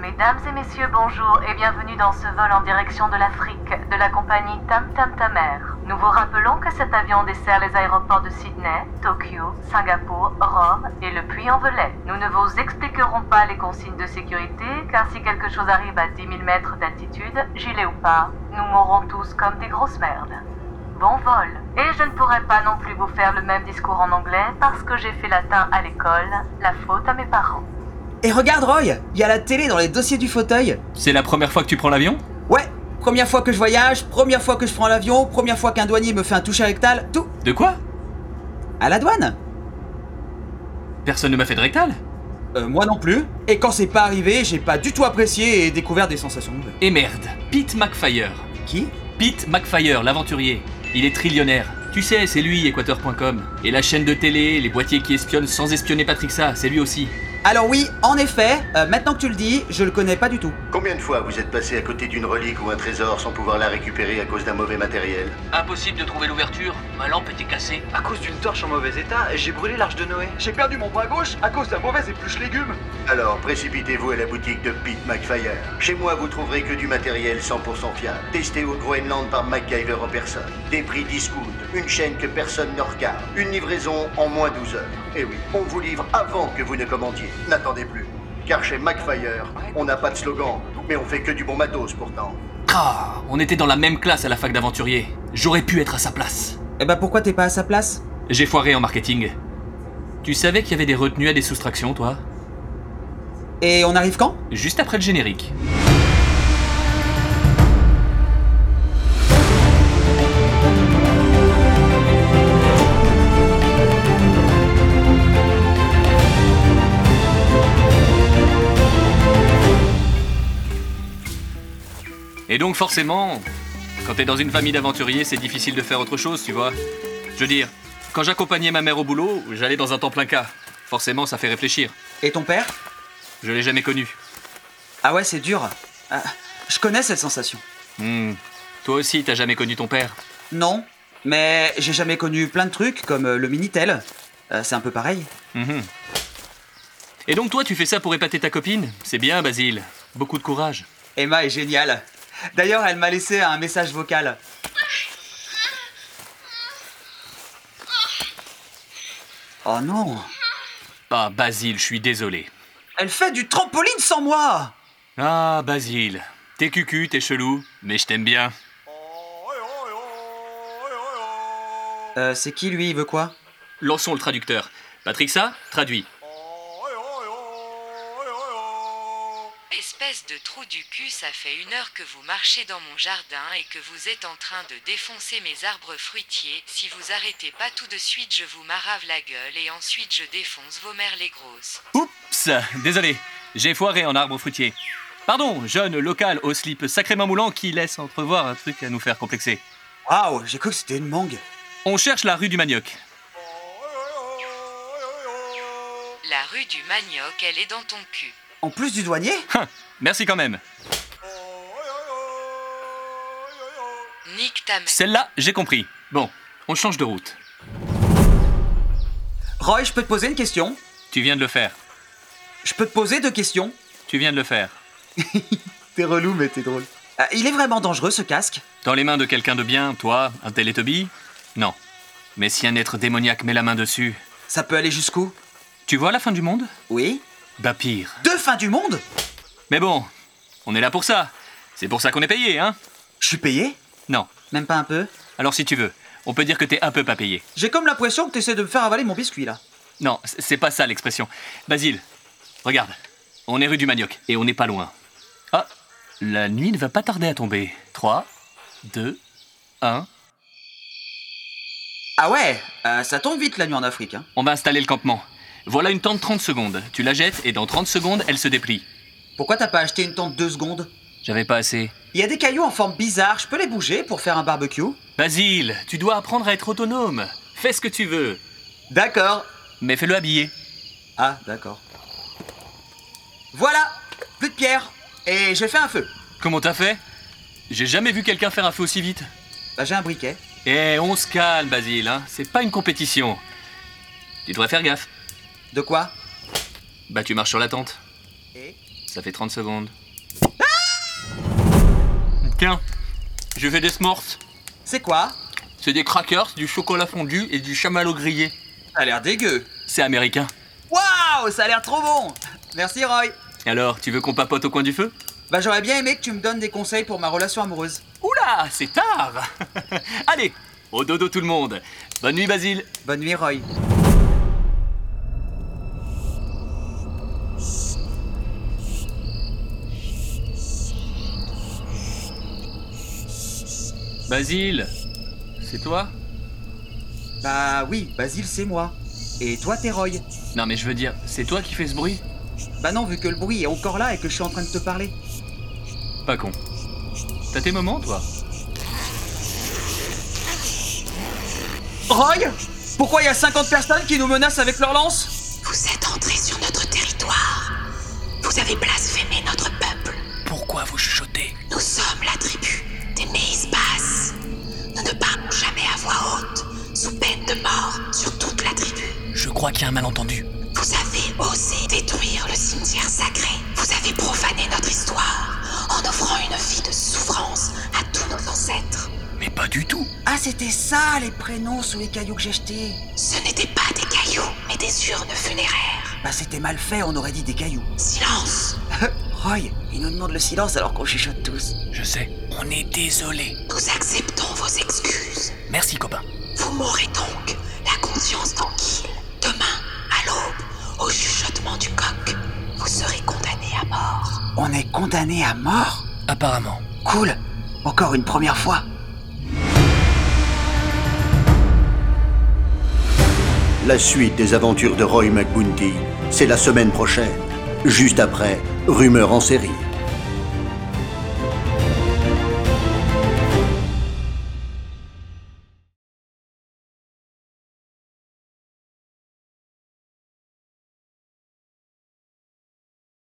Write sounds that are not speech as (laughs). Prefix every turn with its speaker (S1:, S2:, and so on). S1: Mesdames et messieurs, bonjour et bienvenue dans ce vol en direction de l'Afrique de la compagnie Tam Tam Tamer. Nous vous rappelons que cet avion dessert les aéroports de Sydney, Tokyo, Singapour, Rome et le Puy-en-Velay. Nous ne vous expliquerons pas les consignes de sécurité car si quelque chose arrive à 10 000 mètres d'altitude, gilet ou pas, nous mourrons tous comme des grosses merdes. Bon vol. Et je ne pourrai pas non plus vous faire le même discours en anglais parce que j'ai fait latin à l'école, la faute à mes parents.
S2: Et regarde Roy, il y a la télé dans les dossiers du fauteuil.
S3: C'est la première fois que tu prends l'avion
S2: Ouais, première fois que je voyage, première fois que je prends l'avion, première fois qu'un douanier me fait un touche rectal, tout
S3: De quoi
S2: à la douane.
S3: Personne ne m'a fait de rectal
S2: Euh, moi non plus. Et quand c'est pas arrivé, j'ai pas du tout apprécié et découvert des sensations nouvelles.
S3: Et Eh merde, Pete McFire.
S2: Qui
S3: Pete McFire, l'aventurier. Il est trillionnaire. Tu sais, c'est lui, Equateur.com. Et la chaîne de télé, les boîtiers qui espionnent sans espionner Patrick ça, c'est lui aussi.
S2: Alors oui, en effet, euh, maintenant que tu le dis, je le connais pas du tout.
S4: Combien de fois vous êtes passé à côté d'une relique ou un trésor sans pouvoir la récupérer à cause d'un mauvais matériel
S5: Impossible de trouver l'ouverture, ma lampe était cassée.
S6: À cause d'une torche en mauvais état, j'ai brûlé l'arche de Noé. J'ai perdu mon bras gauche à cause d'un mauvais épluche légumes.
S4: Alors précipitez-vous à la boutique de Pete McFire. Chez moi, vous trouverez que du matériel 100% fiable, testé au Groenland par MacGyver en personne. Des prix discount, une chaîne que personne ne regarde, une livraison en moins 12 heures. Et oui, on vous livre avant que vous ne commandiez. N'attendez plus. Car chez McFire, on n'a pas de slogan, mais on fait que du bon matos pourtant.
S3: Ah, on était dans la même classe à la fac d'aventurier. J'aurais pu être à sa place.
S2: Eh ben pourquoi t'es pas à sa place
S3: J'ai foiré en marketing. Tu savais qu'il y avait des retenues à des soustractions, toi
S2: Et on arrive quand
S3: Juste après le générique. Et donc forcément, quand t'es dans une famille d'aventuriers, c'est difficile de faire autre chose, tu vois. Je veux dire, quand j'accompagnais ma mère au boulot, j'allais dans un temps plein cas. Forcément, ça fait réfléchir.
S2: Et ton père
S3: Je l'ai jamais connu.
S2: Ah ouais, c'est dur. Ah, je connais cette sensation.
S3: Hmm. Toi aussi, t'as jamais connu ton père.
S2: Non, mais j'ai jamais connu plein de trucs comme euh, le Minitel. Euh, c'est un peu pareil.
S3: Mhm. Et donc toi, tu fais ça pour épater ta copine C'est bien, Basile. Beaucoup de courage.
S2: Emma est géniale. D'ailleurs, elle m'a laissé un message vocal. Oh non
S3: Ah, Basile, je suis désolé.
S2: Elle fait du trampoline sans moi
S3: Ah, Basile. T'es cucu, t'es chelou, mais je t'aime bien.
S2: Euh, c'est qui lui, il veut quoi
S3: Lançons le traducteur. Patrick, ça Traduit.
S7: Espèce de trou du cul, ça fait une heure que vous marchez dans mon jardin et que vous êtes en train de défoncer mes arbres fruitiers. Si vous arrêtez pas tout de suite, je vous marave la gueule et ensuite je défonce vos mères les grosses.
S3: Oups Désolé, j'ai foiré en arbre fruitier. Pardon, jeune local au slip sacrément moulant qui laisse entrevoir un truc à nous faire complexer.
S2: Waouh, j'ai cru que c'était une mangue.
S3: On cherche la rue du manioc.
S7: La rue du manioc, elle est dans ton cul.
S2: En plus du douanier
S3: Hein, merci quand même.
S7: Nique ta mère.
S3: Celle-là, j'ai compris. Bon, on change de route.
S2: Roy, je peux te poser une question
S3: Tu viens de le faire.
S2: Je peux te poser deux questions
S3: Tu viens de le faire.
S2: T'es relou, mais t'es drôle. Euh, il est vraiment dangereux ce casque
S3: Dans les mains de quelqu'un de bien, toi, un Teletubby Non. Mais si un être démoniaque met la main dessus,
S2: Ça peut aller jusqu'où
S3: tu vois la fin du monde
S2: Oui.
S3: Bah pire.
S2: Deux fins du monde
S3: Mais bon, on est là pour ça. C'est pour ça qu'on est payé, hein
S2: Je suis payé
S3: Non.
S2: Même pas un peu
S3: Alors si tu veux, on peut dire que t'es un peu pas payé.
S2: J'ai comme l'impression que t'essaies de me faire avaler mon biscuit là.
S3: Non, c- c'est pas ça l'expression. Basile, regarde. On est rue du Manioc et on n'est pas loin. Ah, la nuit ne va pas tarder à tomber. 3, 2, 1.
S2: Ah ouais, euh, ça tombe vite la nuit en Afrique. Hein.
S3: On va installer le campement. Voilà une tente 30 secondes. Tu la jettes et dans 30 secondes, elle se déplie.
S2: Pourquoi t'as pas acheté une tente deux secondes
S3: J'avais pas assez.
S2: Il y a des cailloux en forme bizarre, je peux les bouger pour faire un barbecue
S3: Basile, tu dois apprendre à être autonome. Fais ce que tu veux,
S2: D'accord.
S3: mais fais-le habiller.
S2: Ah, d'accord. Voilà, plus de pierre. Et j'ai fait un feu.
S3: Comment t'as fait J'ai jamais vu quelqu'un faire un feu aussi vite.
S2: Bah, j'ai un briquet.
S3: Eh, on se calme, Basile, hein. C'est pas une compétition. Tu devrais faire gaffe.
S2: De quoi
S3: Bah, tu marches sur la tente.
S2: Et
S3: Ça fait 30 secondes. Ah Tiens, je fais des smorfs.
S2: C'est quoi
S3: C'est des crackers, du chocolat fondu et du chamallow grillé.
S2: Ça a l'air dégueu.
S3: C'est américain.
S2: Waouh, ça a l'air trop bon Merci Roy.
S3: Alors, tu veux qu'on papote au coin du feu
S2: Bah j'aurais bien aimé que tu me donnes des conseils pour ma relation amoureuse.
S3: Oula, c'est tard (laughs) Allez, au dodo tout le monde. Bonne nuit, Basile.
S2: Bonne nuit Roy.
S3: Basile, c'est toi
S2: Bah oui, Basile c'est moi. Et toi t'es Roy.
S3: Non, mais je veux dire, c'est toi qui fais ce bruit
S2: Bah non, vu que le bruit est encore là et que je suis en train de te parler.
S3: Pas con. T'as tes moments, toi
S2: Roy Pourquoi il y a 50 personnes qui nous menacent avec leur lance
S8: Vous êtes entrés sur notre territoire. Vous avez blasphémé notre peuple.
S3: Pourquoi vous chuchotez
S8: Nous sommes la tribu des Neisbas. Nous ne parlons jamais à voix haute, sous peine de mort sur toute la tribu.
S3: Je crois qu'il y a un malentendu.
S8: Vous avez osé détruire le cimetière sacré. Vous avez profané notre histoire en offrant une vie de souffrance à tous nos ancêtres.
S3: Mais pas du tout.
S2: Ah c'était ça les prénoms sous les cailloux que j'ai jetés.
S8: Ce n'étaient pas des cailloux, mais des urnes funéraires.
S2: Bah c'était mal fait, on aurait dit des cailloux. (laughs)
S8: Silence
S2: Roy, il nous demande le silence alors qu'on chuchote tous.
S3: Je sais. On est désolé.
S8: Nous acceptons vos excuses.
S3: Merci, copain.
S8: Vous mourrez donc, la conscience tranquille. Demain, à l'aube, au chuchotement du coq, vous serez condamné à mort.
S2: On est condamné à mort
S3: Apparemment.
S2: Cool Encore une première fois
S4: La suite des aventures de Roy McBounty, c'est la semaine prochaine, juste après Rumeur en série.